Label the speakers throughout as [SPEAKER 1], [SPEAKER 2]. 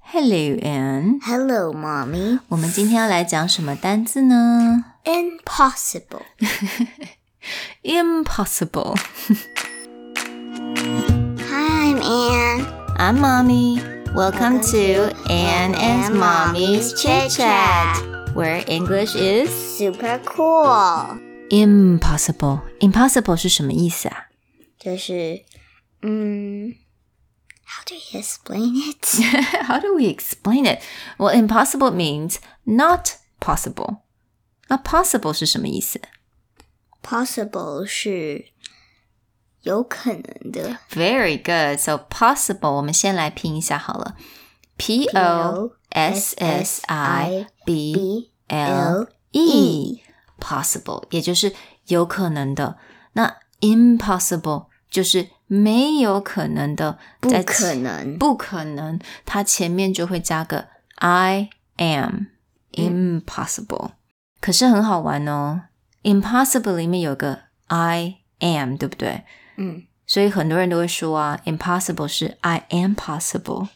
[SPEAKER 1] Hello, Anne。
[SPEAKER 2] Hello, mommy.
[SPEAKER 1] 我们今天要来讲什么单字呢
[SPEAKER 2] Impossible.
[SPEAKER 1] ？Impossible。
[SPEAKER 2] Hi, I'm Anne.
[SPEAKER 1] I'm mommy. Welcome to Anne and Mommy's Chit Chat, where English is
[SPEAKER 2] Super cool.
[SPEAKER 1] impossible. Impossible 是什么意思啊？
[SPEAKER 2] 就是，嗯，How do you explain it?
[SPEAKER 1] How do we explain it? Well, impossible means not possible. Not possible 是什么意思
[SPEAKER 2] Possible 是有可能的。
[SPEAKER 1] ？Very good. So possible，我们先来拼一下好了。P O S S I B
[SPEAKER 2] B
[SPEAKER 1] L E possible，也就是有可能的。那 impossible 就是没有可能的，
[SPEAKER 2] 不
[SPEAKER 1] 在
[SPEAKER 2] 可能。
[SPEAKER 1] 不可能，它前面就会加个 I am impossible。可是很好玩哦，impossible 里面有个 I am，对不对？
[SPEAKER 2] 嗯
[SPEAKER 1] 所以很多人都会说啊，impossible 是 I am possible，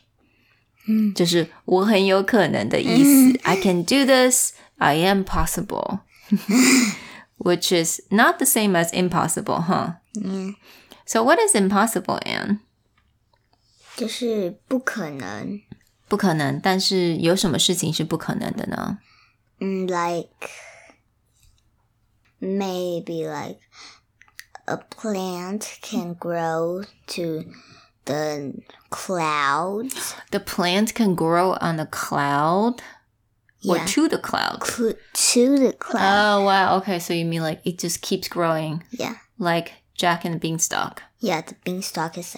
[SPEAKER 2] 嗯
[SPEAKER 1] 就是我很有可能的意思。I can do this. I am possible. Which is not the same as impossible, huh?
[SPEAKER 2] 嗯，
[SPEAKER 1] So what is impossible, Anne?
[SPEAKER 2] 就是不可能。
[SPEAKER 1] 不可能，但是有什么事情是不可能的呢？
[SPEAKER 2] 嗯，like maybe like a plant can grow to the clouds.
[SPEAKER 1] The plant can grow on the cloud or
[SPEAKER 2] Yeah.
[SPEAKER 1] to the cloud.
[SPEAKER 2] Cl- to the cloud.
[SPEAKER 1] Oh wow, okay, so you mean like it just keeps growing
[SPEAKER 2] yeah,
[SPEAKER 1] like Jack and the Beanstalk.
[SPEAKER 2] yeah. The beanstalk is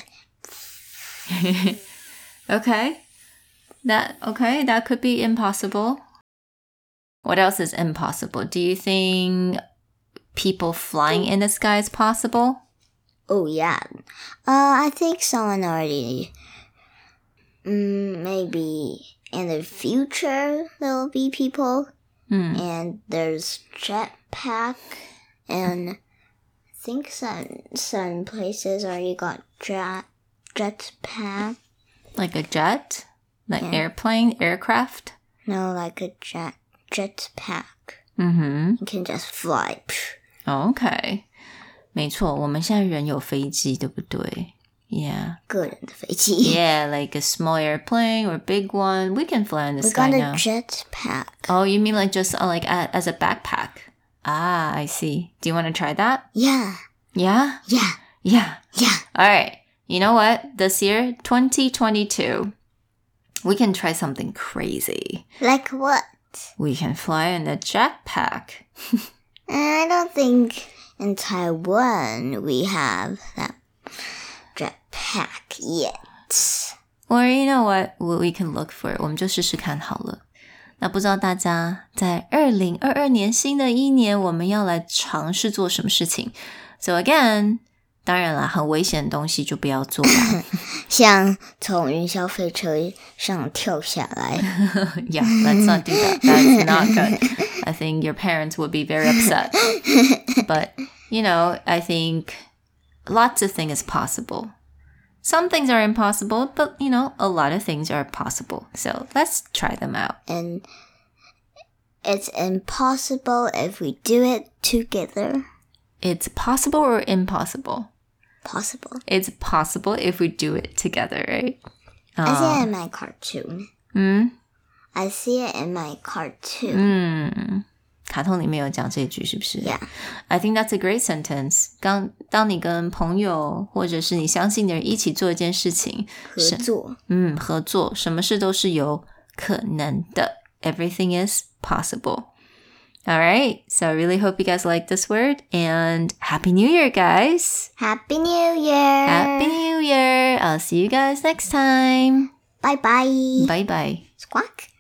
[SPEAKER 1] Okay. That okay, that could be impossible. What else is impossible? Do you think people flying in the sky is possible?
[SPEAKER 2] oh yeah. Uh, I think someone already. Mm, maybe in the future there will be people,
[SPEAKER 1] Hmm.
[SPEAKER 2] and there's jetpack, and I think some some places already got jet jetpack.
[SPEAKER 1] Like a jet? Like
[SPEAKER 2] Yeah.
[SPEAKER 1] airplane, aircraft?
[SPEAKER 2] No, like a jet jetpack.
[SPEAKER 1] Mm-hmm.
[SPEAKER 2] You can just fly.
[SPEAKER 1] OK，没错，我们现在人有飞机，对不对？Yeah,
[SPEAKER 2] Good in the 飞机.
[SPEAKER 1] yeah, like a small airplane or a big one, we can fly in the
[SPEAKER 2] We
[SPEAKER 1] sky
[SPEAKER 2] got
[SPEAKER 1] now.
[SPEAKER 2] a jetpack.
[SPEAKER 1] Oh, you mean like just uh, like a, as a backpack? Ah, I see. Do you want to try that?
[SPEAKER 2] Yeah,
[SPEAKER 1] Yeah,
[SPEAKER 2] yeah,
[SPEAKER 1] yeah.
[SPEAKER 2] yeah.
[SPEAKER 1] All right. You know what? This year, 2022, we can try something crazy.
[SPEAKER 2] Like what?
[SPEAKER 1] We can fly in a jetpack.
[SPEAKER 2] Uh, I don't think in Taiwan we have that jetpack yet.
[SPEAKER 1] Or you know what? We we can look for it. 我们就试试看好了。那不知道大家在二零二二年新的一年，我们要来尝试做什么事情？So again，当然啦，很危险的东西就不要做啦。
[SPEAKER 2] 像从云霄飞车上跳下 来，
[SPEAKER 1] yeah, let's not do that. That's not good. I think your parents would be very upset. But you know, I think lots of things is possible. Some things are impossible, but you know, a lot of things are possible. So let's try them out.
[SPEAKER 2] and it's impossible if we do it together.
[SPEAKER 1] It's possible or impossible.
[SPEAKER 2] Possible.
[SPEAKER 1] It's possible if we do it together, right? Um, hmm?
[SPEAKER 2] I see it in my cartoon.
[SPEAKER 1] 嗯
[SPEAKER 2] I see it in my
[SPEAKER 1] Mm,
[SPEAKER 2] cartoon.
[SPEAKER 1] 嗯，卡通里面有讲这句是不是
[SPEAKER 2] Yeah.
[SPEAKER 1] I think that's a great sentence. 刚当你跟朋友或者是你相信的人一起做一件事情，是嗯，合作，什么事都是有可能的。Everything is possible. All right. So I really hope you guys like this word and Happy New Year, guys.
[SPEAKER 2] Happy New Year!
[SPEAKER 1] Happy New Year. I'll see you guys next time.
[SPEAKER 2] Bye bye!
[SPEAKER 1] Bye bye.
[SPEAKER 2] Squawk!